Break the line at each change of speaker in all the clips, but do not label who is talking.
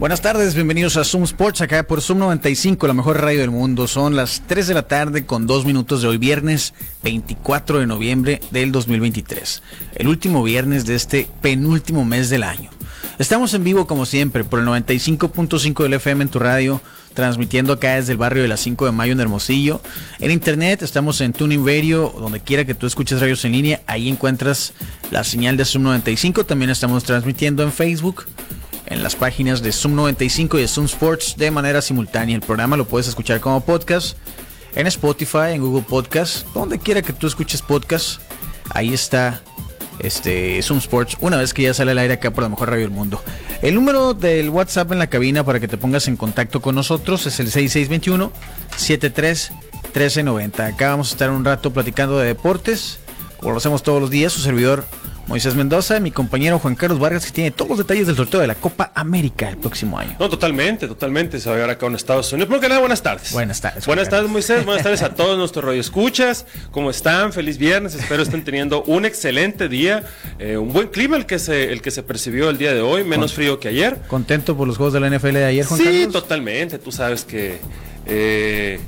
Buenas tardes, bienvenidos a Zoom Sports, acá por Zoom 95, la mejor radio del mundo. Son las 3 de la tarde con 2 minutos de hoy, viernes 24 de noviembre del 2023, el último viernes de este penúltimo mes del año. Estamos en vivo como siempre por el 95.5 del FM en tu radio, transmitiendo acá desde el barrio de las 5 de mayo en Hermosillo. En internet estamos en Tuning Radio, donde quiera que tú escuches radios en línea, ahí encuentras la señal de Zoom 95. También estamos transmitiendo en Facebook en las páginas de Zoom 95 y de Zoom Sports de manera simultánea. El programa lo puedes escuchar como podcast en Spotify, en Google Podcast, donde quiera que tú escuches podcast. Ahí está este Zoom Sports una vez que ya sale al aire acá por la mejor radio del mundo. El número del WhatsApp en la cabina para que te pongas en contacto con nosotros es el 6621 73 1390. Acá vamos a estar un rato platicando de deportes, como lo hacemos todos los días, su servidor Moisés Mendoza, mi compañero Juan Carlos Vargas, que tiene todos los detalles del sorteo de la Copa América el próximo año.
No, totalmente, totalmente. Se va a llevar acá a Estados Unidos. Primero que nada, buenas tardes.
Buenas tardes.
Buenas tardes, Moisés. Buenas tardes a todos nuestros radioescuchas. ¿Cómo están? Feliz viernes. Espero estén teniendo un excelente día. Eh, un buen clima el que, se, el que se percibió el día de hoy, menos frío que ayer.
¿Contento por los juegos de la NFL de ayer, Juan
sí,
Carlos?
totalmente. Tú sabes que. eh,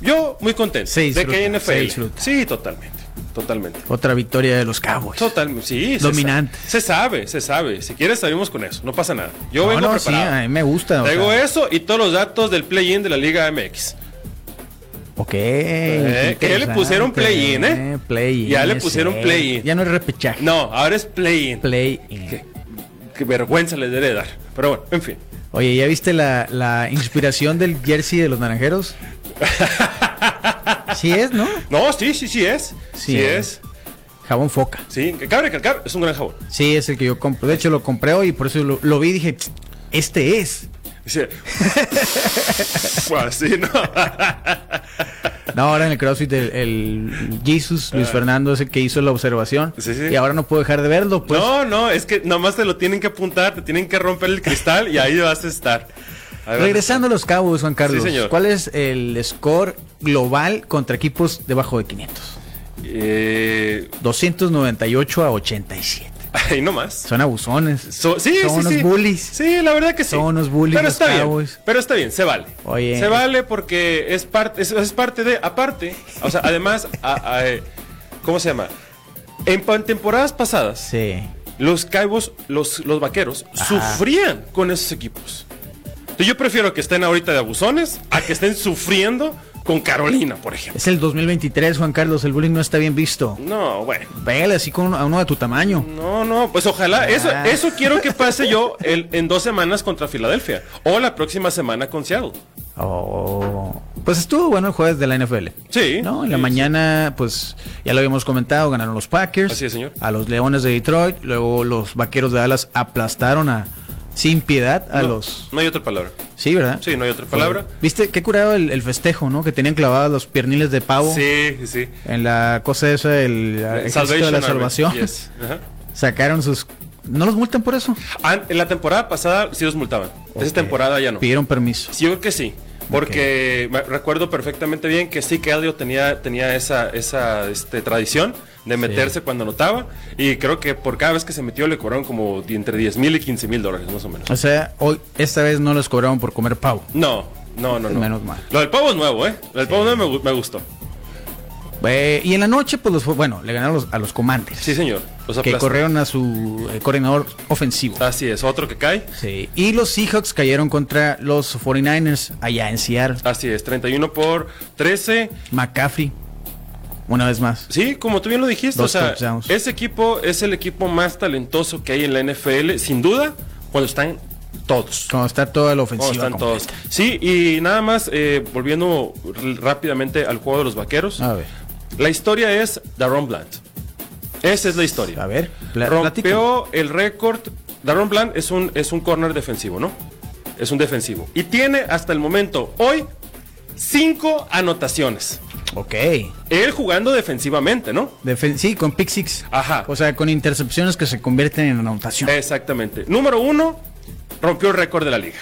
yo muy contento
Se
de
disfruta,
que
se
NFL.
disfruta.
Sí, totalmente. Totalmente.
Otra victoria de los Cowboys.
Totalmente, sí. se
Dominante.
sa- Se sabe, se sabe. Si quieres, salimos con eso. No pasa nada. Yo
No,
vengo
no, sí,
preparado.
a mí me gusta. o
Traigo
sea,
eso y todos los datos del play-in de la Liga MX.
Ok.
Eh, que ya le pusieron play-in, ¿eh?
Play-in.
Ya le pusieron
sí.
play-in.
Ya no es repechaje.
No, ahora es play-in.
Play-in.
Qué, qué vergüenza les debe dar. Pero bueno, en fin.
Oye, ¿ya viste la, la inspiración del jersey de los naranjeros? sí es, ¿no?
No, sí, sí, sí es.
Sí
Sí,
es.
es.
Jabón foca.
Sí, que cabe recalcar, es un gran jabón.
Sí, es el que yo compro. De hecho, lo compré hoy y por eso lo, lo vi y dije, este es.
Sí. Bueno, sí, ¿no?
No, ahora en el CrossFit el, el Jesus, Luis Fernando, es el que hizo la observación.
Ah. Sí, sí.
Y ahora no puedo dejar de verlo. Pues.
no, no, es que nomás te lo tienen que apuntar, te tienen que romper el cristal y ahí vas a estar. Ahí vas a
Regresando a los cabos, Juan Carlos.
Sí, señor.
¿Cuál es el score global contra equipos debajo de 500?
estar. Eh,
298 a 87.
ahí nomás.
Son abusones.
So- sí,
Son
sí,
unos
sí.
bullies.
Sí, la verdad que sí.
Son unos bullies
Pero
los
está bien.
Cowboys.
Pero está bien, se vale.
Oye.
Se vale porque es parte, es, es parte de, aparte, o sea, además, a- a, eh, ¿cómo se llama? En, pan- temporadas pasadas,
Sí.
los Cowboys, los, los vaqueros, sufrían con esos equipos. Entonces, yo prefiero que estén ahorita de abusones a que estén sufriendo con Carolina, por ejemplo.
Es el 2023, Juan Carlos. El bullying no está bien visto.
No, bueno.
Pégale así con a uno de tu tamaño.
No, no, pues ojalá, eso,
Ah.
eso quiero que pase yo el- en dos semanas contra Filadelfia o la próxima semana con Seattle.
Oh. Pues estuvo bueno el jueves de la NFL.
Sí,
¿No? En la
sí,
mañana, pues ya lo habíamos comentado, ganaron los Packers.
Así es, señor.
A los Leones de Detroit. Luego los Vaqueros de Dallas aplastaron a sin piedad a
no,
los...
No hay otra palabra.
Sí, ¿verdad?
Sí, no hay otra palabra.
¿Viste qué curado el, el festejo, no? Que tenían clavados los pierniles de pavo.
Sí, sí, sí.
En la cosa esa del ejército de la
Army,
salvación.
yes, ajá.
Sacaron sus... ¿No los multan por eso?
An- en la temporada pasada sí los multaban. Esa
Ok.
temporada ya no.
Pidieron permiso.
Sí, yo creo que sí. Porque me- recuerdo perfectamente bien que sí que Elliot tenía, tenía esa, esa este, tradición de meterse cuando anotaba. Y creo que por cada vez que se metió le cobraron como entre 10 mil y 15 mil dólares, más o menos.
O sea, hoy, esta vez no los cobraron por comer pavo.
No, no, no, no.
Menos mal.
Lo del pavo es nuevo, ¿eh? Lo del pavo nuevo me, gu- me gustó.
Eh, y en la noche, pues los, fue- bueno, le ganaron los- a los comandos.
Sí, señor. Los Ah.
que
aplastó.
corrieron a su eh, coordinador ofensivo.
Así es, otro que cae.
Sí. Y los Seahawks cayeron contra los 49ers allá en Seattle.
Así es, 31 por 13.
McCaffrey, una vez más.
Sí, como tú bien lo dijiste,
Dos
o sea,
touchdowns.
ese equipo es el equipo más talentoso que hay en la NFL, sin duda, cuando están todos.
Como está toda la ofensiva.
Cuando están
completa.
todos. Sí, y nada más, eh, volviendo r- rápidamente al juego de los vaqueros.
A ver,
La historia es Daron Bland. Esa es la historia.
a ver. pla- platícame.
Rompió el récord. Daron Bland es un, es un corner defensivo, ¿no? Es un defensivo. Y tiene hasta el momento, hoy, cinco anotaciones.
Ok.
Él jugando defensivamente, ¿no?
Defen- sí, con pick six.
Ajá. Eh,
O sea, con intercepciones que se convierten en anotación.
Exactamente. Número uno, rompió el récord de la liga.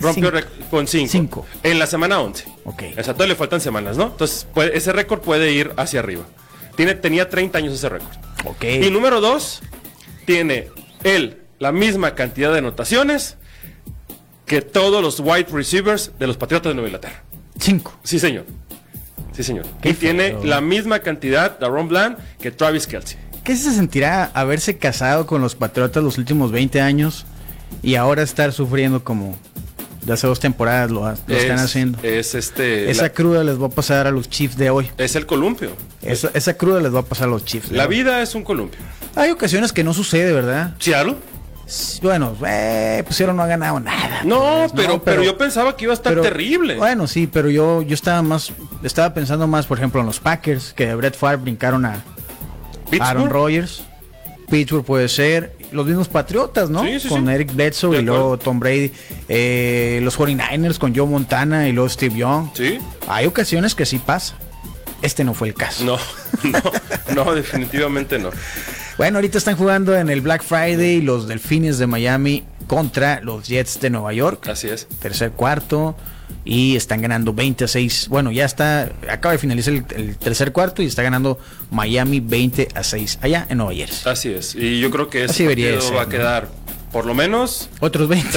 Rompió el récord con cinco.
Cinco.
En la semana 11.
Ok.
O sea, todavía le faltan semanas, ¿no? Entonces, puede- ese récord puede ir hacia arriba. Tiene, tenía 30 años ese récord.
Ok.
Y número dos, tiene él la misma cantidad de anotaciones que todos los wide receivers de los Patriotas de Nueva Inglaterra.
Cinco.
Sí, señor. Sí, señor.
Qué
y tiene
feo.
la misma cantidad de Ron Bland que Travis Kelsey.
¿Qué se sentirá haberse casado con los Patriotas los últimos 20 años y ahora estar sufriendo como de hace dos temporadas lo, ha- lo están
Es-
haciendo?
Es este.
esa
la-
cruda les va a pasar a los Chiefs de hoy.
es el columpio.
Esa, esa cruda les va a pasar a los Chiefs. de
Eh, La
hoy.
vida es un columpio.
Hay ocasiones que no sucede, ¿verdad?
¿Seattle?
S- Bueno, eh, pusieron no ha ganado nada.
No,
pues,
pero, pero, yo pensaba que iba a estar
pero-
terrible.
Bueno, sí, pero yo, yo estaba más, estaba pensando más, por ejemplo, en los Packers, que de Brett Favre brincaron a, Aaron
Pittsburgh.
Rodgers. Pittsburgh puede ser. Los mismos Patriotas, ¿no?
Sí, sí,
con
sí.
Eric Bledsoe
De
y luego
acuerdo.
Tom Brady. Eh, los 49ers con Joe Montana y luego Steve Young.
Sí.
Hay ocasiones que sí pasa. Este no fue el caso.
No, no, no, definitivamente no.
Bueno, ahorita están jugando en el Black Friday los Delfines de Miami contra los Jets de Nueva York.
Así es.
Tercer cuarto. Y están ganando 20 a 6. Bueno, ya está. Acaba de finalizar el, el tercer cuarto y está ganando Miami 20 a 6. Allá en Nueva Jersey.
Así es. Y yo creo que ese
Así debería
partido
ser,
va a
¿no?
quedar por lo menos
Otros 20.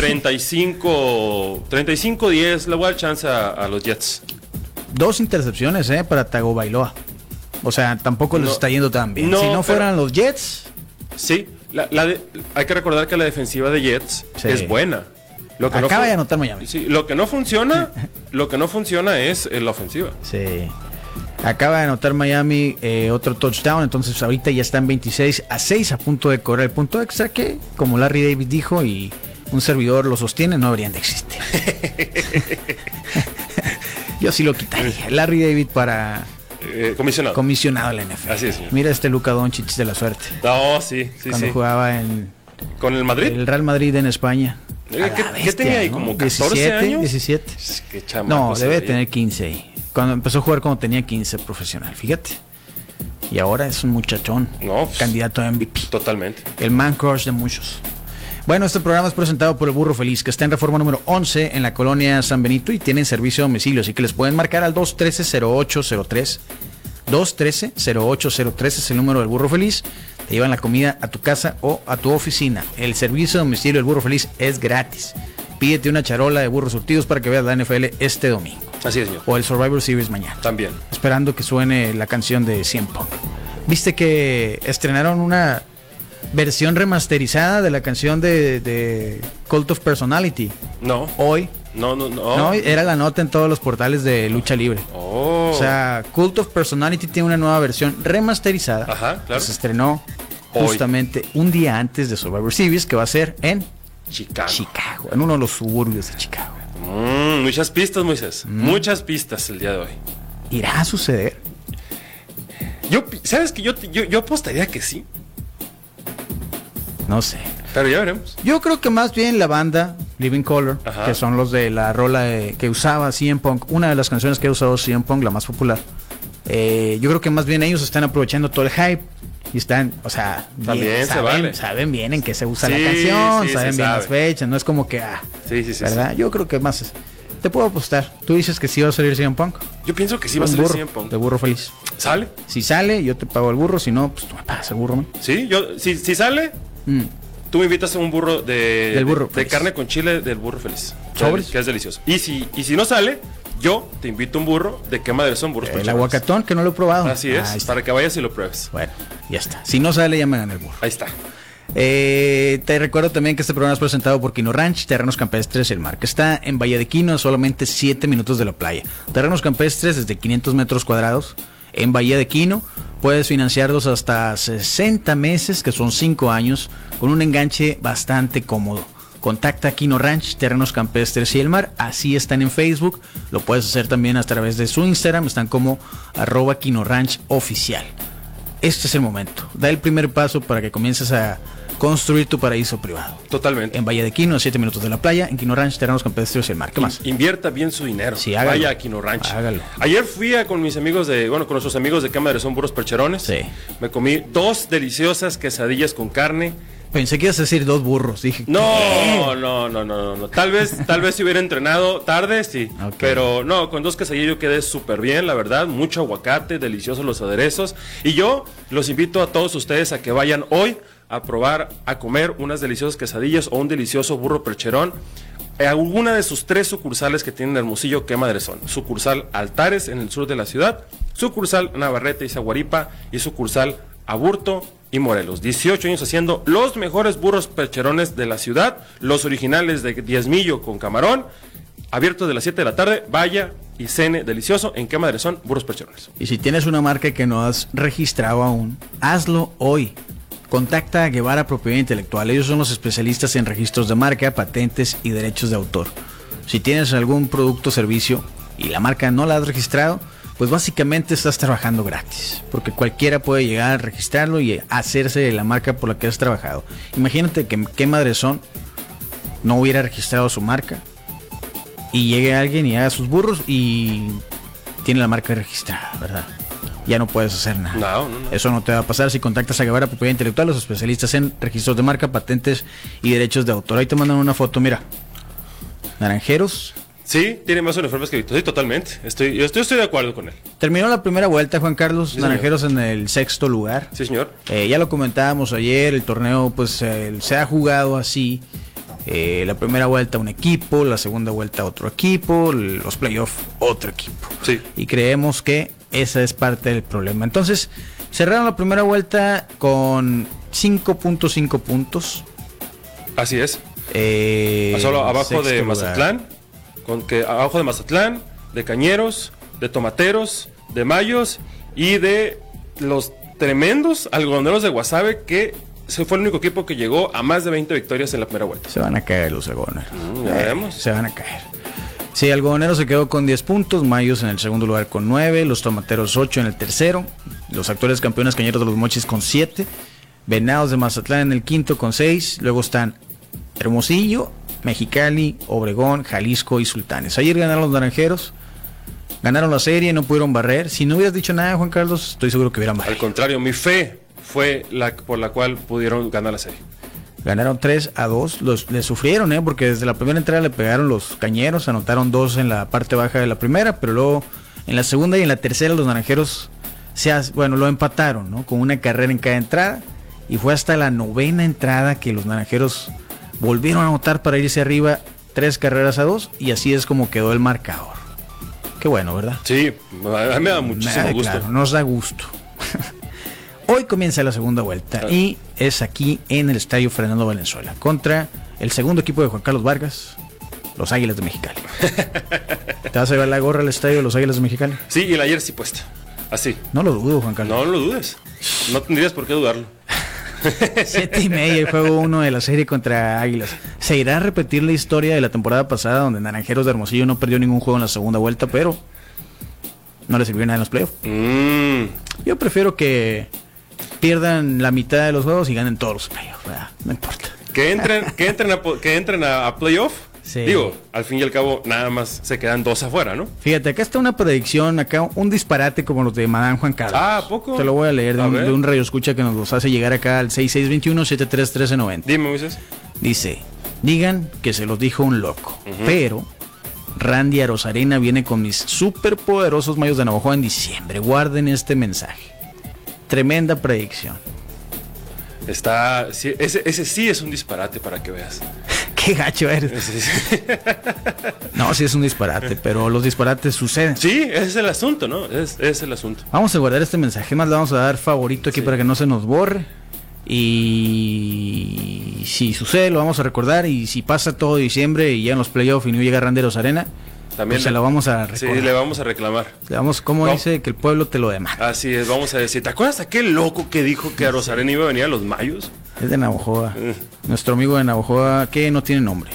35 35-10. Le voy a dar chance a, a los Jets.
Dos intercepciones, ¿eh? Para Tagovailoa. O sea, tampoco les
No.
está yendo tan bien.
No,
si no
pero-
fueran los Jets,
Sí, la, la de- hay que recordar que la defensiva de Jets
Sí.
es buena. Lo que no
acaba
fun-
de anotar Miami.
Sí, lo que no funciona, lo que no funciona es eh, la ofensiva.
Sí. Acaba de anotar Miami eh, otro touchdown, entonces ahorita ya están 26 a 6 a punto de cobrar el punto extra que, como Larry David dijo y un servidor lo sostiene, no deberían de existir. Yo sí lo quitaría. Larry David para
Eh, comisionado.
comisionado de la NFL.
Así es, señor.
Mira este Luca Doncic de la suerte.
no, sí, sí,
cuando
sí.
jugaba en,
Con el Madrid.
El Real Madrid en España.
Oiga,
A la
¿qué- qué tenía ahí? ¿Como 14 años?
17.
Qué chamaco
No,
se
debe
veía.
tener 15 ahí. Cuando empezó a jugar cuando tenía 15 profesional, fíjate. Y ahora es un muchachón.
No, pues.
Candidato a MVP.
Totalmente.
El man crush de muchos. Bueno, este programa es presentado por el Burro Feliz, que está en reforma número 11 en la colonia San Benito y tienen servicio a domicilio, así que les pueden marcar al 213-0803. 213-0803 es el número del Burro Feliz. Te llevan la comida a tu casa o a tu oficina. El servicio a domicilio del Burro Feliz es gratis. Pídete una charola de burros surtidos para que veas la NFL este domingo
Así es, señor.
o el Survivor Series mañana
También.
esperando que suene la canción de Cien Punk. ¿Viste que estrenaron una versión remasterizada de la canción de, de Cult of Personality?
No.
Hoy,
No, no, no.
¿no? Era la nota en todos los portales de lucha libre.
Oh.
O sea, Cult of Personality tiene una nueva versión remasterizada.
Ajá, claro.
Que se estrenó
Hoy.
justamente un día antes de Survivor Series, que va a ser en
Chicago.
Chicago, en uno de los suburbios de Chicago.
Mm, muchas pistas, Moisés.
Mm.
Muchas pistas el día de hoy.
¿Irá a suceder?
Yo, pi- ¿sabes que yo, te- yo, yo apostaría que sí?
No sé.
Pero ya veremos.
Yo creo que más bien la banda Living Color,
Ajá.
que son los de la rola de- que usaba CM Punk, una de las canciones que ha usado CM Punk, la más popular. eh, yo creo que más bien ellos están aprovechando todo el hype y están, o sea,
También se
saben,
vale.
saben bien en qué se usa
Sí,
la canción,
sí,
saben
se
bien
sabe.
las fechas, no es como que, ah,
Sí, sí, sí,
¿verdad? Yo creo que más es- Te puedo apostar. Tú dices que sí va a salir CM Punk.
Yo pienso que sí va a
Un
salir
burro,
CM Punk.
De burro feliz.
¿Sale?
Si sale, yo te pago el burro, si no, pues tú me pagas el burro. man.
Sí, yo, si, si sale,
Mm.
tú me invitas a un burro de,
Del burro
de,
feliz.
carne con chile del burro feliz.
Sobres.
Que es delicioso. Y si, y si no sale, yo te invito a un burro de qué madre son burros.
El
pechones.
aguacatón, que no lo he probado.
Así
Ah, ahí
es,
está.
para que vayas y lo pruebes.
Bueno, ya está. Si no sale, ya me gané el burro.
Ahí está.
Eh, te recuerdo también que este programa es presentado por Quino Ranch, Terrenos Campestres, el mar que está en Valle de Quino, a solamente 7 minutos de la playa. Terrenos Campestres desde 500 metros cuadrados en Bahía de Quino. Puedes financiarlos hasta 60 meses, que son 5 años, con un enganche bastante cómodo. Contacta a Quino Ranch, Terrenos Campestres y el Mar. Así están en Facebook. Lo puedes hacer también a través de su Instagram. Están como arroba Quino Ranch Oficial este es el momento. Da el primer paso para que comiences a construir tu paraíso privado.
Totalmente.
En Valle de Quino, a 7 minutos de la playa, en Quino Ranch, terrenos campestres y el mar. ¿Qué más?
Invierta bien su dinero.
Sí, hágalo.
Vaya a Quino Ranch.
Hágalo.
Ayer fui a- con mis amigos de, bueno, con nuestros amigos de Cámara de Son Puros Percherones.
Sí.
Me comí dos deliciosas quesadillas con carne.
Pensé que ibas a decir dos burros, dije.
No, no, no, no, no. Tal vez, tal vez si hubiera entrenado tarde, sí.
Ok.
Pero no, con dos quesadillas yo quedé súper bien, la verdad. Mucho aguacate, deliciosos los aderezos. Y yo los invito a todos ustedes a que vayan hoy a probar, a comer unas deliciosas quesadillas o un delicioso burro percherón. A alguna de sus tres sucursales que tienen en Hermosillo, qué madres son. Sucursal Altares en el sur de la ciudad, sucursal Navarrete y Zaguaripa y sucursal Aburto y Morelos. 18 años haciendo los mejores burros percherones de la ciudad, los originales de Diezmillo con camarón, abiertos de las 7 de la tarde, vaya y cene delicioso en qué madre son burros percherones.
Y si tienes una marca que no has registrado aún, hazlo hoy. Contacta a Guevara Propiedad Intelectual. Ellos son los especialistas en registros de marca, patentes y derechos de autor. Si tienes algún producto o servicio y la marca no la has registrado, pues básicamente estás trabajando gratis, porque cualquiera puede llegar a registrarlo y hacerse de la marca por la que has trabajado. Imagínate que qué madresón no hubiera registrado su marca y llegue alguien y haga sus burros y tiene la marca registrada, ¿verdad? Ya no puedes hacer nada.
No, no, no.
Eso no te va a pasar si contactas a Guevara Propiedad Intelectual, los especialistas en registros de marca, patentes y derechos de autor. Ahí te mandan una foto, mira. Naranjeros.
Sí, tiene más uniformes que Víctor. Sí, totalmente. Estoy, yo estoy, estoy de acuerdo con él.
Terminó la primera vuelta, Juan Carlos.
señor.
Naranjeros en el sexto lugar.
Sí, señor.
Eh, ya lo comentábamos ayer, el torneo pues eh, se ha jugado así. Eh, la primera vuelta un equipo, la segunda vuelta otro equipo, los playoffs otro equipo.
Sí.
Y creemos que esa es parte del problema. Entonces, cerraron la primera vuelta con 5.5 puntos.
Así es.
eh,
Ah, Solo abajo
sexto
de
lugar.
Mazatlán, con que abajo de Mazatlán, de Cañeros, de Tomateros, de Mayos y de los tremendos algodoneros de Guasave que se fue el único equipo que llegó a más de 20 victorias en la primera vuelta.
Se van a caer los algodoneros.
ya
Eh,
veremos.
Se van a caer. Sí, algodoneros se quedó con 10 puntos, Mayos en el segundo lugar con 9, los tomateros 8 en el tercero, los actuales campeones cañeros de los mochis con 7, Venados de Mazatlán en el quinto con 6, luego están Hermosillo, Mexicali, Obregón, Jalisco y Sultanes. Ayer ganaron los naranjeros, ganaron la serie, no pudieron barrer. Si no hubieras dicho nada, Juan Carlos, estoy seguro que hubieran
Al
barrido.
contrario, mi fe fue la por la cual pudieron ganar la serie.
Ganaron 3 a 2. Los, le sufrieron, ¿eh? Porque desde la primera entrada le pegaron los cañeros. Anotaron dos en la parte baja de la primera. Pero luego en la segunda y en la tercera los naranjeros se as- bueno, lo empataron, ¿no? Con una carrera en cada entrada. Y fue hasta la novena entrada que los naranjeros volvieron a anotar para irse arriba. Tres carreras a dos. Y así es como quedó el marcador. Qué bueno, ¿verdad?
Sí, a mí me da muchísimo
Nada,
gusto.
claro, nos da gusto. Hoy comienza la segunda vuelta
Claro.
y es aquí en el estadio Fernando Valenzuela contra el segundo equipo de Juan Carlos Vargas, los Águilas de Mexicali. ¿Te vas a llevar la gorra al estadio de los Águilas de Mexicali?
Sí, y el ayer sí puesta. Así.
No lo dudo, Juan Carlos.
No lo dudes. No tendrías por qué dudarlo.
Siete y media, el juego uno de la serie contra Águilas. Se irá a repetir la historia de la temporada pasada donde Naranjeros de Hermosillo no perdió ningún juego en la segunda vuelta, pero no le sirvió nada en los playoffs.
Mm,
Yo prefiero que pierdan la mitad de los juegos y ganen todos los playoffs, ¿verdad? No importa.
que entren, que entren a, po- que entren a, a playoff.
Sí.
Digo, al fin y al cabo, nada más se quedan dos afuera, ¿no?
Fíjate, acá está una predicción, acá un disparate como los de Madame Juan Carlos.
Ah, ¿a poco?
Te lo voy a leer de
A
un,
ver.
de un radio escucha que nos los hace llegar acá al 6621-731390.
Dime, Moisés.
Dice, digan que se los dijo un loco, pero Randy Arozarena viene con mis superpoderosos mayos de Navajo en diciembre. Guarden este mensaje. Tremenda predicción.
Está. sí, ese, ese sí es un disparate para que veas.
Qué gacho eres.
Ese sí-
No, sí es un disparate, pero los disparates suceden.
sí, ese es el asunto, ¿no? Es, es el asunto.
Vamos a guardar este mensaje, más le vamos a dar favorito aquí
Sí.
para que no se nos borre. Y si sucede, lo vamos a recordar. Y si pasa todo diciembre y ya en los playoffs y no llega Randeros Arena,
También
pues se lo vamos a
Sí,
recordar.
le
le,
vamos a reclamar.
vamos, como
No.
dice, que el pueblo te lo demanda.
Así es, vamos a decir. ¿Te acuerdas aquel loco que dijo que a Rosarena iba a venir a los mayos?
Es de Navojoa.
Eh.
Nuestro amigo de Navojoa, que no tiene nombre.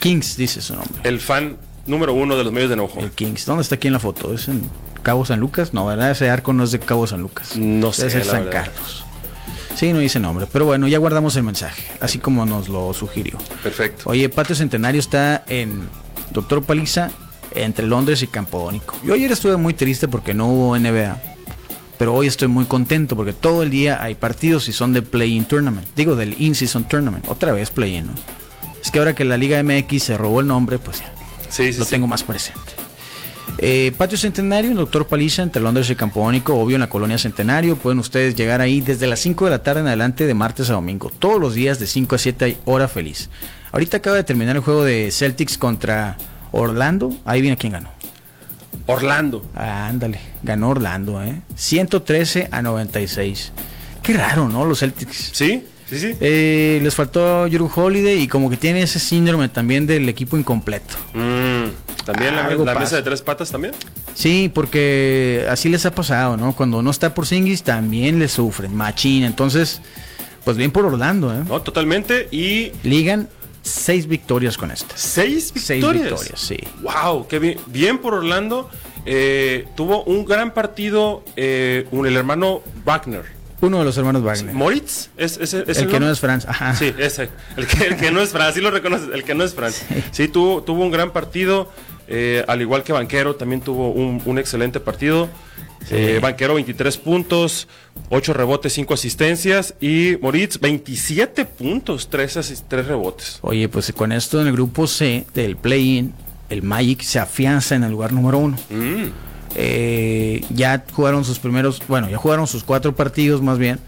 Kings dice su nombre.
El fan número uno de los medios de Navajo.
El Kings. ¿Dónde está aquí en la foto? ¿Es en Cabo San Lucas? No, ¿verdad? Ese arco no es de Cabo San Lucas.
No sé,
Es el
la
San
verdad.
Carlos. Sí, no dice nombre. Pero bueno, ya guardamos el mensaje, así como nos lo sugirió.
Perfecto.
Oye, Patio Centenario está en Doctor Paliza, entre Londres y Campodónico. Yo ayer estuve muy triste porque no hubo NBA. Pero hoy estoy muy contento porque todo el día hay partidos y son de play-in tournament. Digo, del in-season tournament. Otra vez play-in, ¿no? Es que ahora que la Liga MX se robó el nombre, pues ya.
Sí, sí,
lo
sí.
tengo más presente. Eh, Patio Centenario, Doctor Paliza, entre Londres y Campodónico, obvio en la colonia Centenario. Pueden ustedes llegar ahí desde las 5 de la tarde en adelante, de martes a domingo. Todos los días de 5 a 7 hay hora feliz. Ahorita acaba de terminar el juego de Celtics contra Orlando. Ahí viene quién ganó.
Orlando.
Ah, ándale, ganó Orlando, ¿eh? 113 a 96. Qué raro, ¿no? Los Celtics.
Sí, sí, sí.
Eh, les faltó Drew Holiday y como que tiene ese síndrome también del equipo incompleto.
Mm, También la-
Algo
la,
pasa.
mesa de tres patas también.
Sí, porque así les ha pasado, ¿no? Cuando no está Porzingis también le sufren, machín. Entonces, pues bien por Orlando, ¿eh?
No, totalmente. Y
Ligan seis victorias con estas.
seis
Seis
victorias.
victorias, sí.
Wow, qué bien. Bien por Orlando. Eh, tuvo un gran partido eh, un- el hermano Wagner.
Uno de los hermanos Wagner.
Moritz es, es- es
el que no
nombre?
es Franz. Ajá.
Sí, ese. El que, el que no es Fran, sí lo reconoces, el que no es Fran. Sí, tuvo, tuvo un gran partido, eh, al igual que Banquero, también tuvo un, un excelente partido. Eh, Banquero 23 puntos, 8 rebotes, 5 asistencias y Moritz 27 puntos, 3, rebotes.
Oye, pues con esto en el grupo C del play-in, el Magic se afianza en el lugar número uno.
Mm,
Eh, ya jugaron sus primeros, bueno, ya jugaron sus cuatro partidos más bien.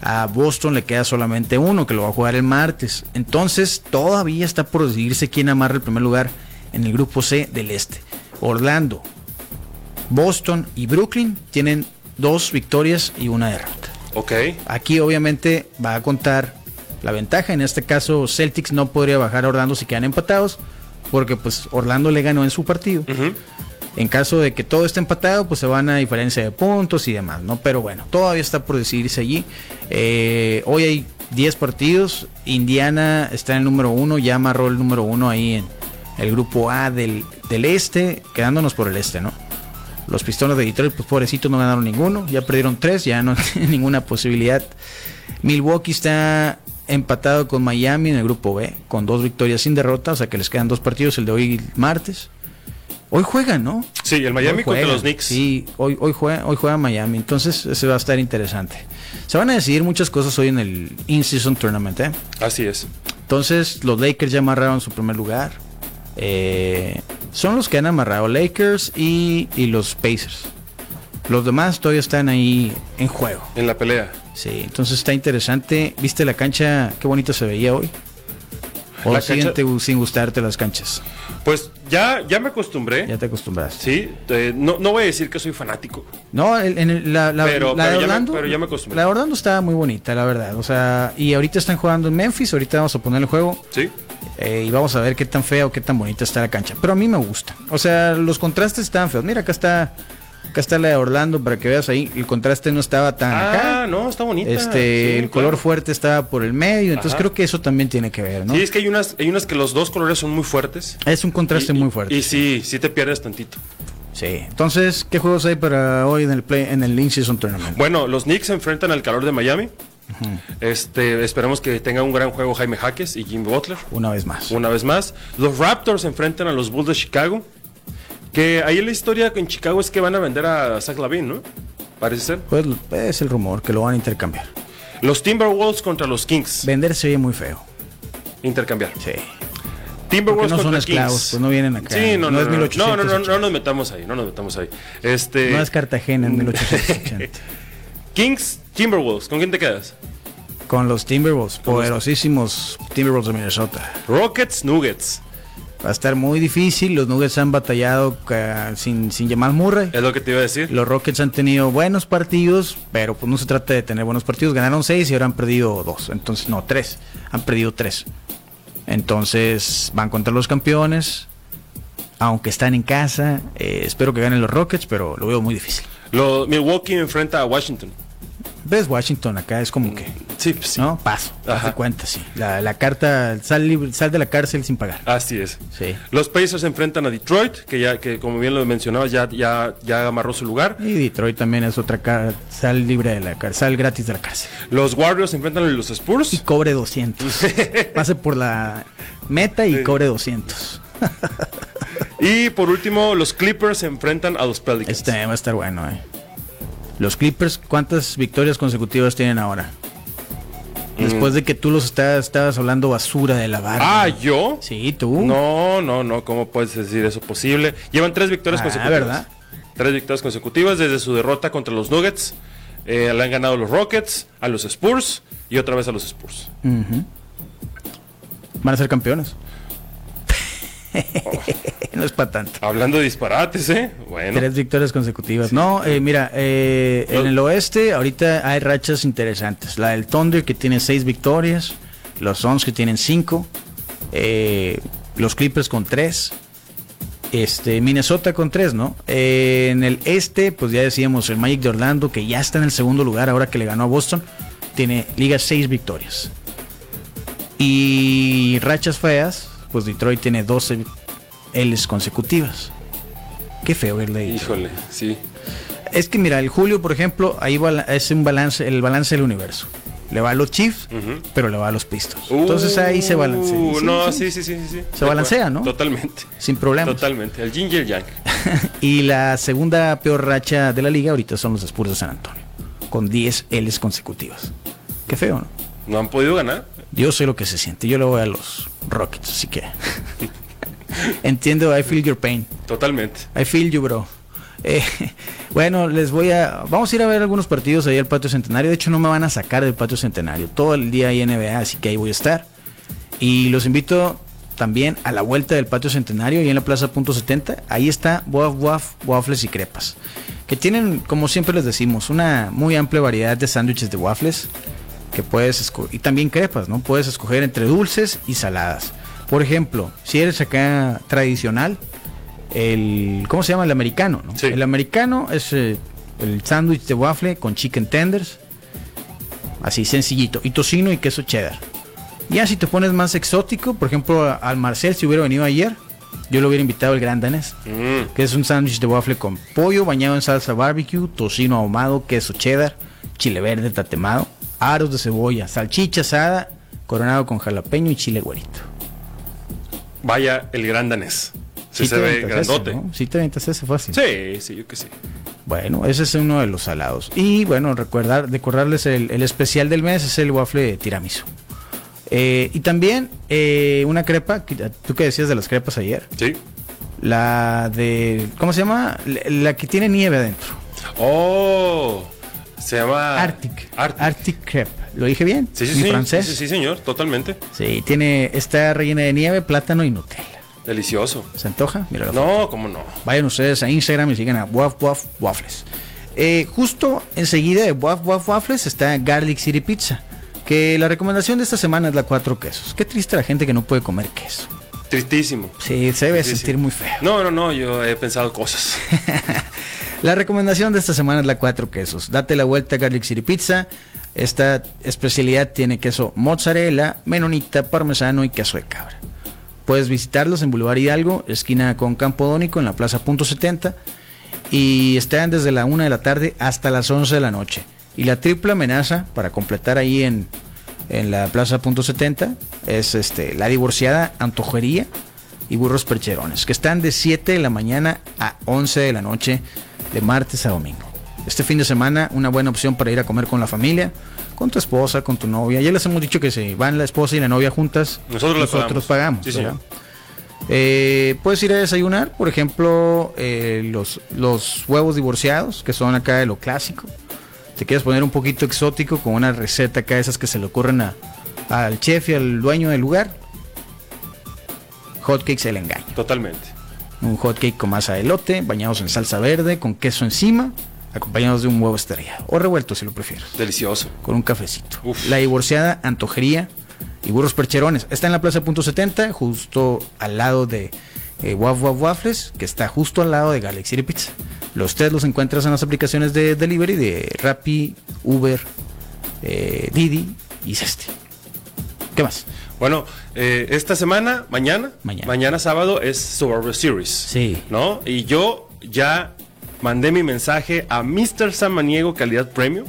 A Boston le queda solamente uno, que lo va a jugar el martes. Entonces, todavía está por decidirse quién amarra el primer lugar en el grupo C del este. Orlando, Boston y Brooklyn tienen dos victorias y una derrota.
ok.
Aquí obviamente va a contar la ventaja. En este caso, Celtics no podría bajar a Orlando si quedan empatados. Porque pues Orlando le ganó en su partido.
Ujú.
En caso de que todo esté empatado, pues se van a diferencia de puntos y demás, ¿no? Pero bueno, todavía está por decidirse allí. Eh, hoy hay 10 partidos. Indiana está en el número 1, ya amarró el número 1 ahí en el grupo A del, del este, quedándonos por el este, ¿no? Los pistones de Detroit, pues pobrecitos, no ganaron ninguno. Ya perdieron tres, ya no tienen ninguna posibilidad. Milwaukee está empatado con Miami en el grupo B, con dos victorias sin derrota, o sea que les quedan dos partidos, el de hoy y el martes. Hoy juegan, ¿no?
Sí, el Miami
Hoy
contra
juegan,
los Knicks.
Sí, hoy, hoy, juega, hoy juega Miami, entonces ese va a estar interesante. Se van a decidir muchas cosas hoy en el In-Season Tournament, ¿eh?
Así es.
Entonces, los Lakers ya amarraron su primer lugar. Eh, son los que han amarrado Lakers y, y los Pacers. Los demás todavía están ahí en juego.
En la pelea.
Sí, entonces está interesante. ¿Viste la cancha? Qué bonita se veía hoy. O
La
siguen
cancha-
te- sin gustarte las canchas.
Pues ya, ya me acostumbré.
Ya te acostumbraste.
Sí, eh, no, no voy a decir que soy fanático.
No, el- en el- la, la-
Pero-
la
pero ya
de
me-
Orlando.
pero ya me acostumbré.
La de Orlando estaba muy bonita, la verdad. O sea, y ahorita están jugando en Memphis. Ahorita vamos a poner el juego.
Sí.
Eh, y vamos a ver qué tan fea o qué tan bonita está la cancha. Pero a mí me gusta. O sea, los contrastes están feos. Mira, acá está, acá está la de Orlando para que veas ahí. El contraste no estaba tan
Ah,
acá.
no, está bonita.
Este,
Sí,
el color
claro.
fuerte estaba por el medio. Entonces
Ajá.
creo que eso también tiene que ver, ¿no?
Sí, es que hay unas, hay unas que los dos colores son muy fuertes.
Es un contraste
Y-
muy
y-
fuerte.
Y sí, sí te pierdes tantito.
sí. Entonces, ¿qué juegos hay para hoy en el play, en el In-Season Tournament?
Bueno, los Knicks se enfrentan al calor de Miami. Este, esperemos que tenga un gran juego Jaime Jaques y Jim Butler.
Una vez más.
Una vez más, los Raptors se enfrentan a los Bulls de Chicago. Que ahí la historia con Chicago es que van a vender a Zach Lavin, ¿no? Parece ser.
Pues es el rumor que lo van a intercambiar.
Los Timberwolves contra los Kings.
Vender se oye muy feo.
Intercambiar.
Sí. Porque
Timberwolves
no son
contra
esclavos,
Kings.
pues no vienen acá.
Sí, no,
No
no,
es
no, no, no, no, no,
1880.
no nos metamos ahí, no nos metamos ahí. Este,
No es Cartagena en 1880.
Kings, Timberwolves, ¿con quién te quedas?
Con los Timberwolves, poderosísimos Timberwolves de Minnesota.
Rockets, Nuggets.
Va a estar muy difícil. Los Nuggets han batallado ca- sin, sin Jamal Murray.
Es lo que te iba a decir.
Los Rockets han tenido buenos partidos, pero pues no se trata de tener buenos partidos. Ganaron seis y ahora han perdido dos. Entonces, no, tres. Han perdido tres. Entonces, van contra los campeones. Aunque están en casa. Eh, espero que ganen los Rockets, pero lo veo muy difícil.
Lo- Milwaukee enfrenta a Washington.
Ves Washington acá, es como que. Sí, pues sí. ¿No? Paso. Hace cuenta, sí. La, la carta, sal, libre, sal de la cárcel sin pagar.
Así es. Sí. Los Pacers enfrentan a Detroit, que ya, que como bien lo mencionaba, ya, ya, ya amarró su lugar.
Y Detroit también es otra cara, sal libre de la cárcel, sal gratis de la cárcel.
Los Warriors enfrentan a los Spurs.
Y cobre 200. Pase por la meta y sí. cobre 200.
y por último, los Clippers se enfrentan a los Pelicans.
Este va a estar bueno, eh. Los Clippers, ¿cuántas victorias consecutivas tienen ahora? Después de que tú los estabas, estabas hablando basura de la barra.
Ah, ¿yo?
Sí, tú.
No, no, no, ¿cómo puedes decir eso posible? Llevan tres victorias ah, consecutivas. ¿verdad? Tres victorias consecutivas desde su derrota contra los Nuggets. Eh, le han ganado los Rockets, a los Spurs y otra vez a los Spurs. Uh -huh.
Van a ser campeones. Oh. no es para tanto.
Hablando de disparates, ¿eh? Bueno.
Tres victorias consecutivas. Sí. No, eh, mira, eh, en el oeste ahorita hay rachas interesantes. La del Thunder que tiene seis victorias, los Suns que tienen cinco, eh, los Clippers con tres. Este, Minnesota con tres, ¿no? en el este, pues ya decíamos, el Magic de Orlando, que ya está en el segundo lugar ahora que le ganó a Boston, tiene liga seis victorias. Y rachas feas, pues Detroit tiene 12 L's consecutivas. Qué feo verle.
Híjole, sí.
Es que mira, el Julio, por ejemplo, ahí es un balance, el balance del universo. Le va a los Chiefs, uh -huh. pero le va a los Pistons. Uh, Entonces ahí se balancea.
¿Sí, no, sí, sí, sí, sí. sí.
Se balancea, ¿no?
Totalmente.
Sin problema.
Totalmente. El Ginger Yang.
y la segunda peor racha de la liga ahorita son los Spurs de San Antonio, con 10 L's consecutivas. Qué feo, ¿no?
No han podido ganar.
Yo sé lo que se siente. Yo le voy a los Rockets, así que. Entiendo, I feel your pain.
Totalmente.
I feel you, bro. Eh, bueno, les voy a. Vamos a ir a ver algunos partidos ahí al Patio Centenario. De hecho, no me van a sacar del Patio Centenario. Todo el día hay NBA, así que ahí voy a estar. Y los invito también a la vuelta del Patio Centenario y en la Plaza Punto 70. Ahí está Waf Waf, Waffles y Crepas. Que tienen, como siempre les decimos, una muy amplia variedad de sándwiches de waffles que puedes escoger, y también crepas, ¿no? Puedes escoger entre dulces y saladas. Por ejemplo, si eres acá tradicional, el, ¿cómo se llama? El americano, ¿no? Sí. El americano es eh, el sándwich de waffle con chicken tenders, así sencillito, y tocino y queso cheddar. Ya si te pones más exótico, por ejemplo, al Marcel, si hubiera venido ayer, yo lo hubiera invitado el gran danés, mm. que es un sándwich de waffle con pollo bañado en salsa barbecue, tocino ahumado, queso cheddar, chile verde tatemado aros de cebolla, salchicha asada, coronado con jalapeño y chile güerito.
Vaya el gran danés. Sí, sí se ve grandote.
Ese, ¿no? Sí te ventas ese fácil.
Sí, sí, yo que sí.
Bueno, ese es uno de los salados. Y bueno, recordar, recordarles el, el especial del mes es el waffle de tiramisu. Eh, y también eh, una crepa, tú que decías de las crepas ayer.
Sí.
La de, ¿cómo se llama? La, la que tiene nieve adentro.
Oh. Se llama
Arctic. Arctic. Arctic, Crepe. ¿Lo dije bien?
Ah, Sí, sí,
sí francés?
Sí, sí, señor, totalmente.
Sí, tiene está rellena de nieve, plátano y Nutella.
Delicioso.
¿Se antoja? Míralo.
No, cómo no.
Vayan ustedes a Instagram y sigan a Waf Waf Waffles. Eh, justo enseguida de Waf Waf Waffles está Garlic City Pizza, que la recomendación de esta semana es la cuatro quesos. Qué triste la gente que no puede comer queso.
Tristísimo.
Sí, se debe Tristísimo. sentir muy feo.
No, no, no, yo he pensado cosas.
la recomendación de esta semana es la cuatro quesos. Date la vuelta a Garlic City Pizza. Esta especialidad tiene queso mozzarella, menonita, parmesano y queso de cabra. Puedes visitarlos en Boulevard Hidalgo, esquina con Campodónico, en la plaza Punto 70. Y están desde la 1 de la tarde hasta las 11 de la noche. Y la triple amenaza para completar ahí en en la Plaza Punto 70 es este, la divorciada Antojería y Burros Percherones, que están de 7 de la mañana a 11 de la noche, de martes a domingo. Este fin de semana, una buena opción para ir a comer con la familia, con tu esposa, con tu novia. Ya les hemos dicho que si van la esposa y la novia juntas,
nosotros,
nosotros
pagamos.
pagamos sí, eh, puedes ir a desayunar, por ejemplo, eh, los, los huevos divorciados, que son acá de lo clásico te quieres poner un poquito exótico con una receta acá, esas que se le ocurren a, al chef y al dueño del lugar, hotcakes el engaño.
Totalmente.
Un hotcake con masa de elote, bañados en salsa verde, con queso encima, acompañados de un huevo estrellado. O revuelto si lo prefieres.
Delicioso.
Con un cafecito. Uf. La divorciada antojería y burros percherones. Está en la plaza punto 70, justo al lado de eh, Waf Waf Waffles, que está justo al lado de Galaxy City Pizza. Los tres los encuentras en las aplicaciones de delivery de Rappi, Uber, eh, Didi dice este. ¿Qué más?
Bueno, eh, esta semana, mañana,
Mañana.
sábado es Survivor Series.
Sí.
¿No? Y yo ya mandé mi mensaje a Mr. Samaniego Calidad Premium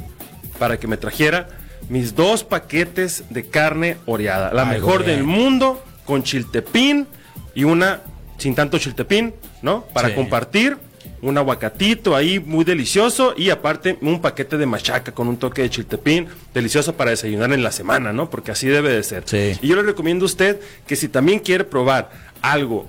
para que me trajera mis dos paquetes de carne oreada. La
Ay,
mejor
bien.
del mundo, con chiltepín y una sin tanto chiltepín, ¿no? Para
Sí.
compartir. Un aguacatito ahí muy delicioso y aparte un paquete de machaca con un toque de chiltepín, delicioso para desayunar en la semana, ¿no? Porque así debe de ser.
Sí.
Y yo le recomiendo a usted que si también quiere probar algo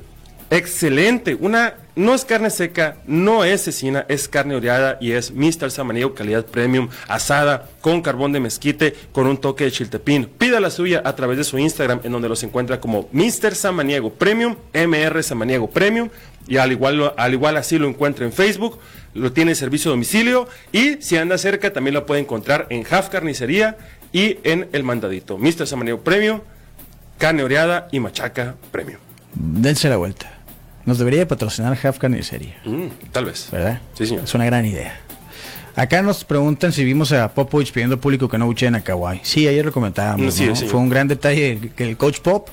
excelente, una no es carne seca, no es cecina, es carne oreada y es Mr. Samaniego calidad premium, asada con carbón de mezquite con un toque de chiltepín. Pida la suya a través de su Instagram en donde los encuentra como Mr. Samaniego Premium, MR Samaniego Premium y al igual lo- al igual así lo encuentra en Facebook lo tiene en servicio a domicilio y si anda cerca también lo puede encontrar en Half Carnicería y en El Mandadito. Mr. Samaniego Premium, carne oreada y machaca Premium.
Dense la vuelta. Nos debería patrocinar Half Carnicería,
Mm, tal vez.
¿verdad?
Sí, señor.
Es una gran idea. Acá nos preguntan si vimos a Popovich pidiendo al público que no bucheen a Kawhi. Sí, ayer lo comentábamos.
Mm, sí,
¿no?
señor.
Fue un gran detalle que el coach Pop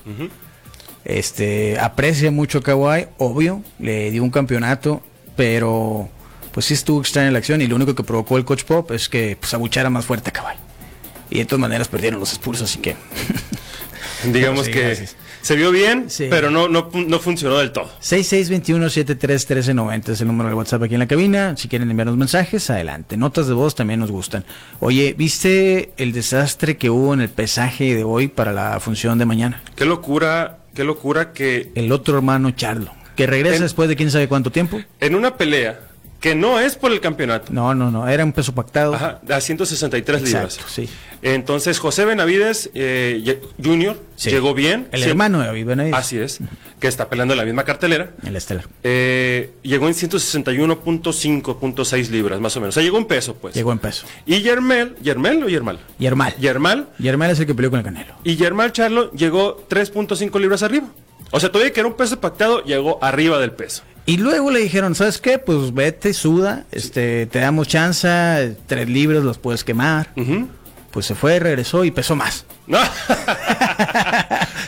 este, aprecia mucho a Kawhi, obvio, le dio un campeonato, pero pues sí estuvo extraña la acción y lo único que provocó el coach Pop es que pues, abuchara más fuerte a Kawhi. Y de todas maneras perdieron los expulsos, así que
Digamos
Sí,
que
gracias.
se vio bien,
Sí.
pero no, no, fun- no funcionó del todo.
6621-731390 es el número del WhatsApp aquí en la cabina. Si quieren enviarnos mensajes, adelante. Notas de voz también nos gustan. Oye, ¿viste el desastre que hubo en el pesaje de hoy para la función de mañana?
Qué locura, qué locura que
El otro hermano, Charlo, que regresa
En-
después de quién sabe cuánto tiempo.
en una pelea que no es por el campeonato,
No, no, no, era un peso pactado.
ajá, a 163 libras.
Exacto, sí.
Entonces José Benavides eh, ye- Jr.
Sí.
llegó bien.
El
Sí,
hermano de David Benavides.
Así es, que está peleando en la misma cartelera.
El estelar.
Eh, llegó en 161.5.6 libras, más o menos. O sea, llegó en peso, pues.
Llegó en peso.
Y Yermel, ¿Yermel o Yermal?
Yermal.
Yermal.
Yermal es el que peleó con el Canelo.
Y Yermal Charlo llegó 3.5 libras arriba. O sea, todavía que era un peso pactado, llegó arriba del peso.
Y luego le dijeron, ¿sabes qué? Pues vete, suda, este, te damos chance, tres libros los puedes quemar. Pues se fue, regresó y pesó más.
No.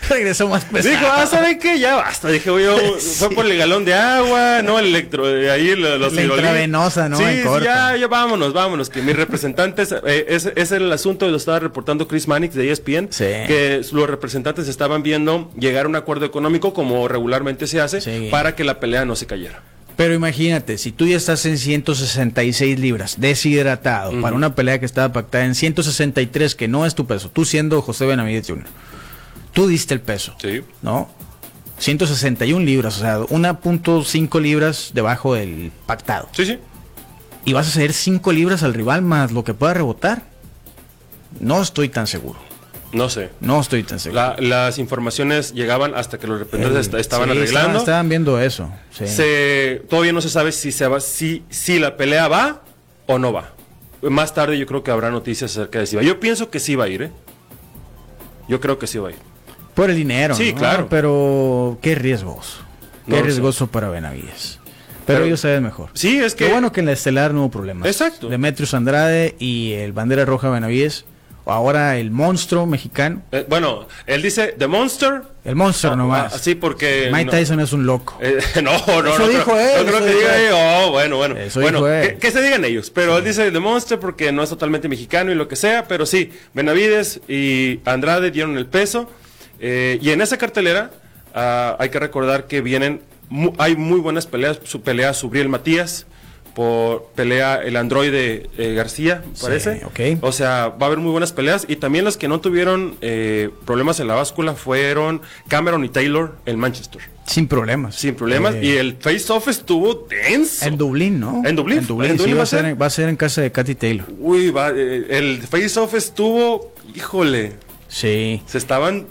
regresó más pesado.
Dijo, ah, ¿saben qué? Ya basta. Dije, oye, oh, fue por el galón de agua, no el electro, eh, ahí lo- los
La
hidrolí-
intravenosa, ¿no?
Sí,
En
sí,
corto.
ya, ya vámonos, vámonos. Que mis representantes, eh, ese, ese era el asunto, lo estaba reportando Chris Mannix de E ESPN,
Sí.
que los representantes estaban viendo llegar a un acuerdo económico como regularmente se hace
Sí.
para que la pelea no se cayera.
Pero imagínate, si tú ya estás en 166 libras, deshidratado, para una pelea que estaba pactada en 163, que no es tu peso, tú siendo José Benavides Jr., tú diste el peso.
Sí.
¿no? 161 libras, o sea, 1.5 libras debajo del pactado.
Sí, sí.
Y vas a ceder 5 libras al rival más lo que pueda rebotar. No estoy tan seguro.
No sé.
No estoy tan seguro.
La- las informaciones llegaban hasta que los representantes est-
Eh,
estaban
sí,
arreglando.
Estaban, estaban viendo eso. sí.
Se, todavía no se sabe si, se va, si, si la pelea va o no va. Más tarde yo creo que habrá noticias acerca de si va. Yo pienso que sí va a ir, ¿eh? Yo creo que sí va a ir.
Por el dinero.
Sí,
¿no?
claro.
Pero qué riesgoso.
No
Qué
lo sé.
riesgoso para Benavides. Pero,
Pero-
ellos saben mejor.
Sí, es que-
Qué bueno que en la estelar no hubo problemas.
Exacto.
Demetrius Andrade y el bandera roja Benavides. Ahora el monstruo mexicano.
Eh, bueno, él dice The Monster.
El monstruo
Ah,
nomás.
ah, sí, porque
Mike
no-
Tyson es un loco.
Eh, no, no,
Eso
no.
dijo
creo-
él,
no creo
eso
que
dijo
diga,
él.
eh, oh, bueno, bueno.
Eso
bueno,
dijo él.
que, que se digan ellos. Pero él dice The Monster porque no es totalmente mexicano y lo que sea. Pero sí, Benavides y Andrade dieron el peso. eh, y en esa cartelera ah, hay que recordar que vienen, mu- hay muy buenas peleas. Su pelea Subriel Matías. Por pelea el androide eh, García, parece.
ok.
O sea, va a haber muy buenas peleas. Y también las que no tuvieron eh, problemas en la báscula fueron Cameron y Taylor en Manchester.
Sin problemas.
Sin problemas.
Eh,
y el face-off estuvo tenso.
En Dublín, ¿no?
¿En Dublín?
En Dublín,
¿En
sí,
Dublín
va, a ser, en- va a ser en casa de Katy Taylor.
Uy, va, eh, el face-off estuvo. Híjole.
Sí.
Se estaban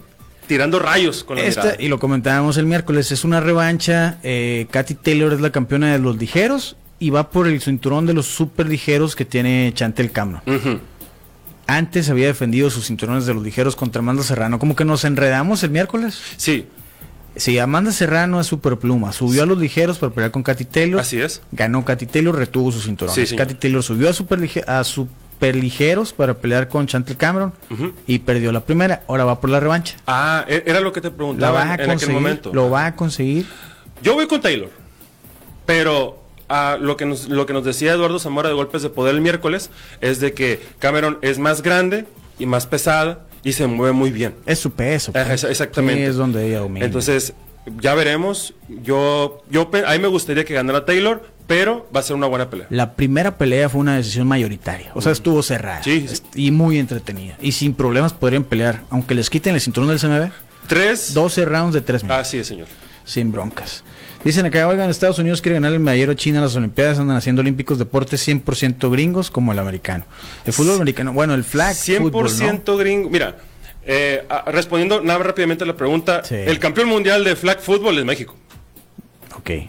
tirando rayos con la
Esta,
mirada.
y lo comentábamos el miércoles, es una revancha. eh, Katy Taylor es la campeona de los ligeros y va por el cinturón de los super ligeros que tiene Chantel Cameron.
Ujú.
Antes había defendido sus cinturones de los ligeros contra Amanda Serrano. Como que nos enredamos el miércoles.
Sí,
Sí, Amanda Serrano es superpluma. Subió a los ligeros para pelear con Katy Taylor.
así es.
Ganó Katy Taylor, retuvo sus cinturones.
Sí, señor.
Katy Taylor subió a super, a su superligeros para pelear con Chantel Cameron
Ujú.
y perdió la primera. Ahora va por la revancha.
Ah, e- era lo que te
La
preguntaba
va a
en aquel
conseguir.
momento.
Lo va a conseguir.
Yo voy con Taylor. Pero ah, lo, que nos, lo que nos decía Eduardo Zamora de Golpes de Poder el miércoles es de que Cameron es más grande y más pesada y se mueve muy bien.
Es su peso.
Ah,
pues.
esa- exactamente.
Sí, es donde ella domina.
Entonces, ya veremos. Yo, yo pe- a mí me gustaría que ganara Taylor, pero va a ser una buena pelea.
La primera pelea fue una decisión mayoritaria. O sea, estuvo cerrada.
Sí, sí.
Est- Y muy entretenida. Y sin problemas podrían pelear. Aunque les quiten el cinturón del CMB.
Tres.
12 rounds de 3 minutos.
Así es, señor.
Sin broncas. Dicen acá, oigan, Estados Unidos quiere ganar el medallero a China en las Olimpiadas. Andan haciendo olímpicos deportes 100% gringos como el americano. El fútbol americano. Bueno, el flag.
100%
fútbol, ¿no?
gringo. Mira, eh, a- respondiendo nada más rápidamente a la pregunta,
Sí.
el campeón mundial de flag football es México.
Ok.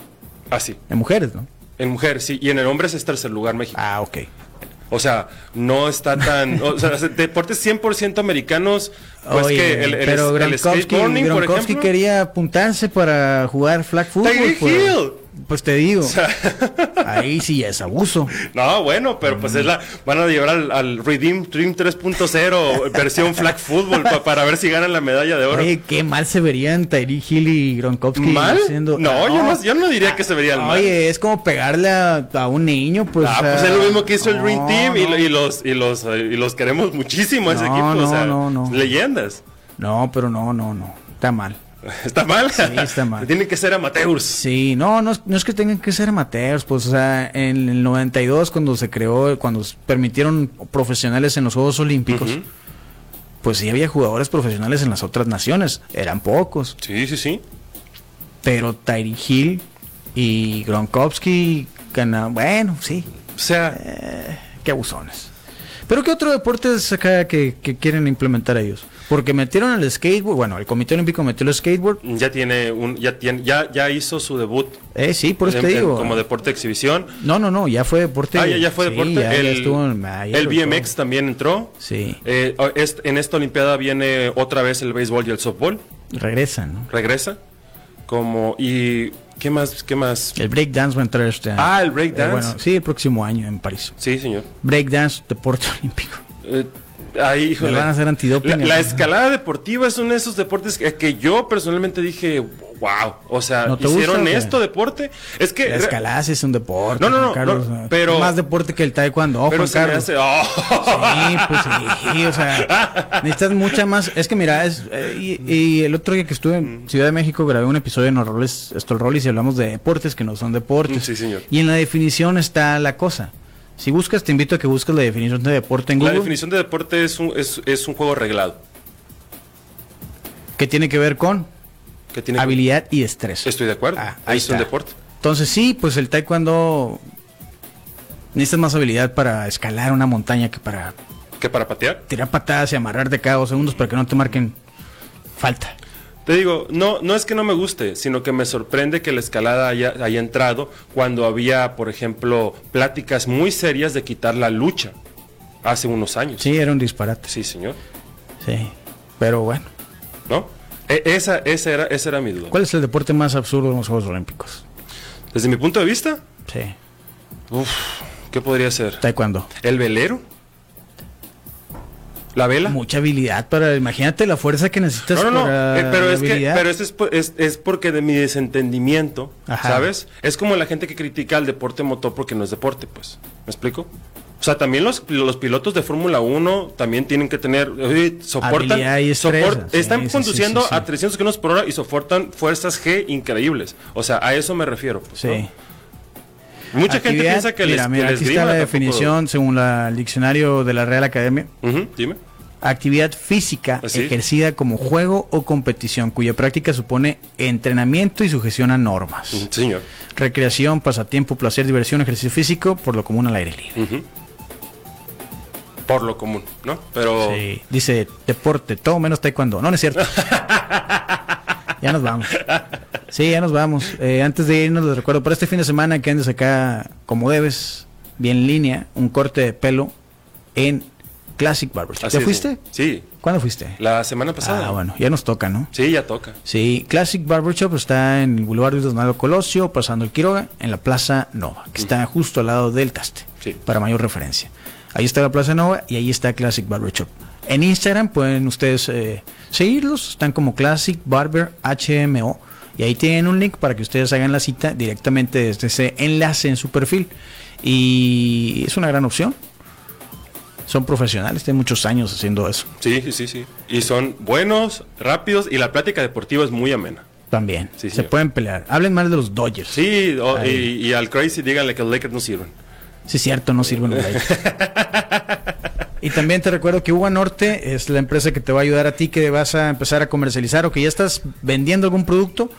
Así.
En mujeres, ¿no?
En mujer, sí. Y en el hombre es tercer lugar México.
Ah, ok.
O sea, no está tan. O sea, deportes 100% americanos. Pues
Oye,
que el, el,
pero
el
Gronkowski,
skateboarding, por
Gronkowski
ejemplo.
quería apuntarse para jugar flag football.
Tyreek
pues,
Hill.
pues te digo,
O sea,
ahí sí es abuso.
no, bueno, pero pues es la. Van a llevar al, al Redeem Dream 3.0 versión flag football pa- para ver si ganan la medalla de oro.
Oye, qué mal se verían Tyreek Hill y Gronkowski
¿Mal?
haciendo- Ah,
No, yo no- yo no diría que se verían mal.
Oye, es como pegarle a, a un niño, pues.
ah,
o sea,
pues es lo mismo que hizo el Dream
no,
Team y,
no.
lo- y los, y, los, eh, y los queremos muchísimo a ese
No,
equipo. o
no,
sea,
no, no.
leyendas.
No, pero no, no, no. Está mal.
Está mal.
está mal.
Tienen que ser amateurs.
Sí, no, no es, no es que tengan que ser amateurs, pues, o sea, en el 92 cuando se creó, cuando s- permitieron profesionales en los Juegos Olímpicos, pues sí había jugadores profesionales en las otras naciones, eran pocos,
Sí, sí, sí.
pero Tyree Hill y Gronkowski ganaron, bueno, sí,
O sea,
qué abusones. Pero ¿qué otro deporte es acá que, que quieren implementar ellos? Porque metieron el skateboard, bueno, el Comité Olímpico metió el skateboard,
ya tiene un. Ya, tiene, ya, ya hizo su debut
eh, sí, por eso
en-
te
en-
digo.
como deporte de exhibición.
No, no, no, ya fue deporte.
Ah, ya, ya fue
Este, Sí,
deporte.
ya- ya
el,
estuvo en medallero
el
y todo.
BMX también entró.
Sí.
Eh, o- est- en esta Olimpiada viene otra vez el béisbol y el softball.
Regresan, ¿no?
Regresa. Como. ¿Y qué más? ¿Qué más?
El breakdance va a entrar este año.
Ah, el breakdance.
bueno, sí, el próximo año en París.
Sí, señor.
Breakdance, deporte olímpico.
Eh, ahí, híjole.
Me van a hacer antidoping,
La, la
¿no?
escalada deportiva es uno de esos deportes que, que yo personalmente dije, wow. O sea,
¿No te
hicieron
gusta o qué?
esto deporte. Es que.
La escalada sí es un deporte.
Eh, No, no,
Juan
no,
Carlos,
no,
eh,
pero-
Más deporte que el taekwondo,
Pero
Juan
se me
Carlos.
hace- ¡Oh!
Sí, pues sí, o sea, necesitas mucha más. Es que mira, es, eh, y, y el otro día que estuve en Ciudad de México grabé un episodio en Roles, Stol Rollis y hablamos de deportes que no son deportes.
Sí, señor.
Y en la definición está la cosa. Si buscas, te invito a que busques la definición de deporte en
La
Google.
definición de deporte es un, es, es un juego reglado.
que tiene que ver con
Que tiene
habilidad y destreza.
Estoy de acuerdo.
Ah, ahí
ahí es un
está.
deporte.
Entonces sí, pues el taekwondo necesitas más habilidad para escalar una montaña que para
Que para patear.
tirar patadas y amarrarte cada dos segundos para que no te marquen falta.
Te digo, no, no es que no me guste, sino que me sorprende que la escalada haya, haya entrado cuando había, por ejemplo, pláticas muy serias de quitar la lucha hace unos años.
Sí, era un disparate.
Sí, señor.
Sí, pero bueno.
¿No? E- esa, esa, era, esa era mi duda.
¿Cuál es el deporte más absurdo en los Juegos Olímpicos?
Desde mi punto de vista,
Sí.
uf, ¿qué podría ser?
Taekwondo.
¿El velero? ¿La vela?
Mucha habilidad para, imagínate la fuerza que necesitas
No, no, no.
para
eh, pero
la
es que,
habilidad.
pero eso es, po- es, es porque de mi desentendimiento,
Ajá.
¿sabes? Es como la gente que critica el deporte motor porque no es deporte, pues. ¿Me explico? O sea, también los, los pilotos de Fórmula 1 también tienen que tener, eh, soportan,
Habilidad y estrés,
soport-
sí,
están
sí, sí,
conduciendo
sí, sí.
a 300 kilómetros por hora y soportan fuerzas G increíbles. O sea, a eso me refiero. pues,
Sí.
¿no? Mucha gente
Actividad,
piensa que les,
mira, mira, aquí está la definición según la- el diccionario de la Real Academia.
Dime.
Actividad física
Así.
ejercida como juego o competición cuya práctica supone entrenamiento y sujeción a normas.
Mm, Señor.
Recreación, pasatiempo, placer, diversión, ejercicio físico, por lo común al aire libre.
Ujú. Por lo común, ¿no? Pero.
Sí, dice deporte, todo menos taekwondo. No, no es cierto. ya nos vamos. Sí, ya nos vamos. Eh, antes de irnos, les recuerdo, para este fin de semana que andes acá como debes, bien en línea, un corte de pelo en Classic Barbershop.
así
¿Ya
es,
fuiste?
Sí.
¿Cuándo fuiste?
La semana pasada.
Ah, bueno, ya nos toca, ¿no?
Sí, ya toca.
Sí, Classic Barbershop está en el Boulevard Luis Donaldo Colosio, pasando el Quiroga, en la Plaza Nova, que está justo al lado del Taste,
Sí.
para mayor referencia. Ahí está la Plaza Nova y ahí está Classic Barber Shop. En Instagram pueden ustedes eh, seguirlos, están como Classic Barber HMO. Y ahí tienen un link para que ustedes hagan la cita directamente desde ese enlace en su perfil. Y es una gran opción. Son profesionales, tienen muchos años haciendo eso.
Sí, sí, sí, sí. Y son buenos, rápidos y la plática deportiva es muy amena.
También.
Sí,
se
señor.
pueden pelear. Hablen mal de los Dodgers.
Sí, o- y,
Ahí.
y al Crazy díganle que los Lakers no sirven.
Sí, cierto, no sirven los likes. Y también te recuerdo que UBA Norte es la empresa que te va a ayudar a ti que vas a empezar a comercializar o que ya estás vendiendo algún producto.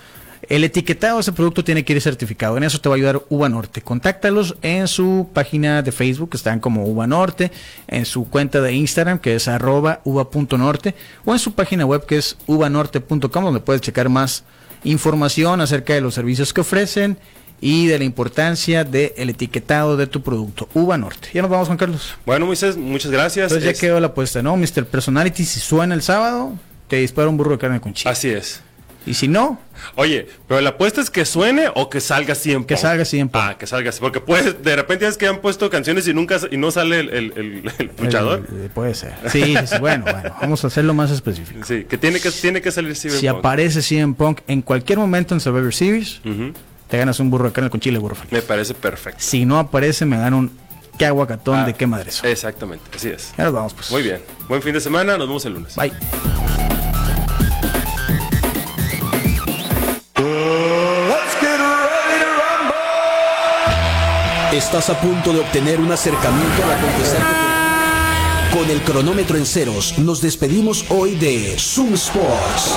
El etiquetado de ese producto tiene que ir certificado. En eso te va a ayudar UBA Norte. Contáctalos en su página de Facebook, que están como UBA Norte, en su cuenta de Instagram, que es arroba uva.norte, o en su página web, que es uvanorte.com, donde puedes checar más información acerca de los servicios que ofrecen y de la importancia del etiquetado de tu producto. UBA Norte. Ya nos vamos, Juan Carlos.
Bueno, Moisés, muchas gracias.
Entonces ya
Es-
quedó la apuesta, ¿no? Mr. Personality, si suena el sábado, te dispara un burro de carne con chile.
Así es.
Y si no,
Oye, pero la apuesta es que suene o que salga siempre.
Que salga siempre.
Ah, que salga así, Porque puedes, de repente es que han puesto canciones y nunca y no sale el, el, el- el luchador.
eh, eh, puede ser. Sí, sí, sí, bueno, bueno, vamos a hacerlo más específico.
Sí, que tiene que, tiene que salir CM
Si
Punk.
aparece CM Punk en cualquier momento en Survivor Series,
Ujú.
te ganas un burro de carne con chile, burro feliz.
Mm. Me parece perfecto.
Si no aparece, me dan un qué aguacatón de qué madre eso.
Exactamente, así es.
Ya nos vamos, pues.
Ah, eh. Muy bien. Buen fin de semana, nos vemos el lunes.
Bye.
Estás a punto de obtener un acercamiento al acontecer deportivo. Con el cronómetro en ceros, nos despedimos hoy de Zoom Sports.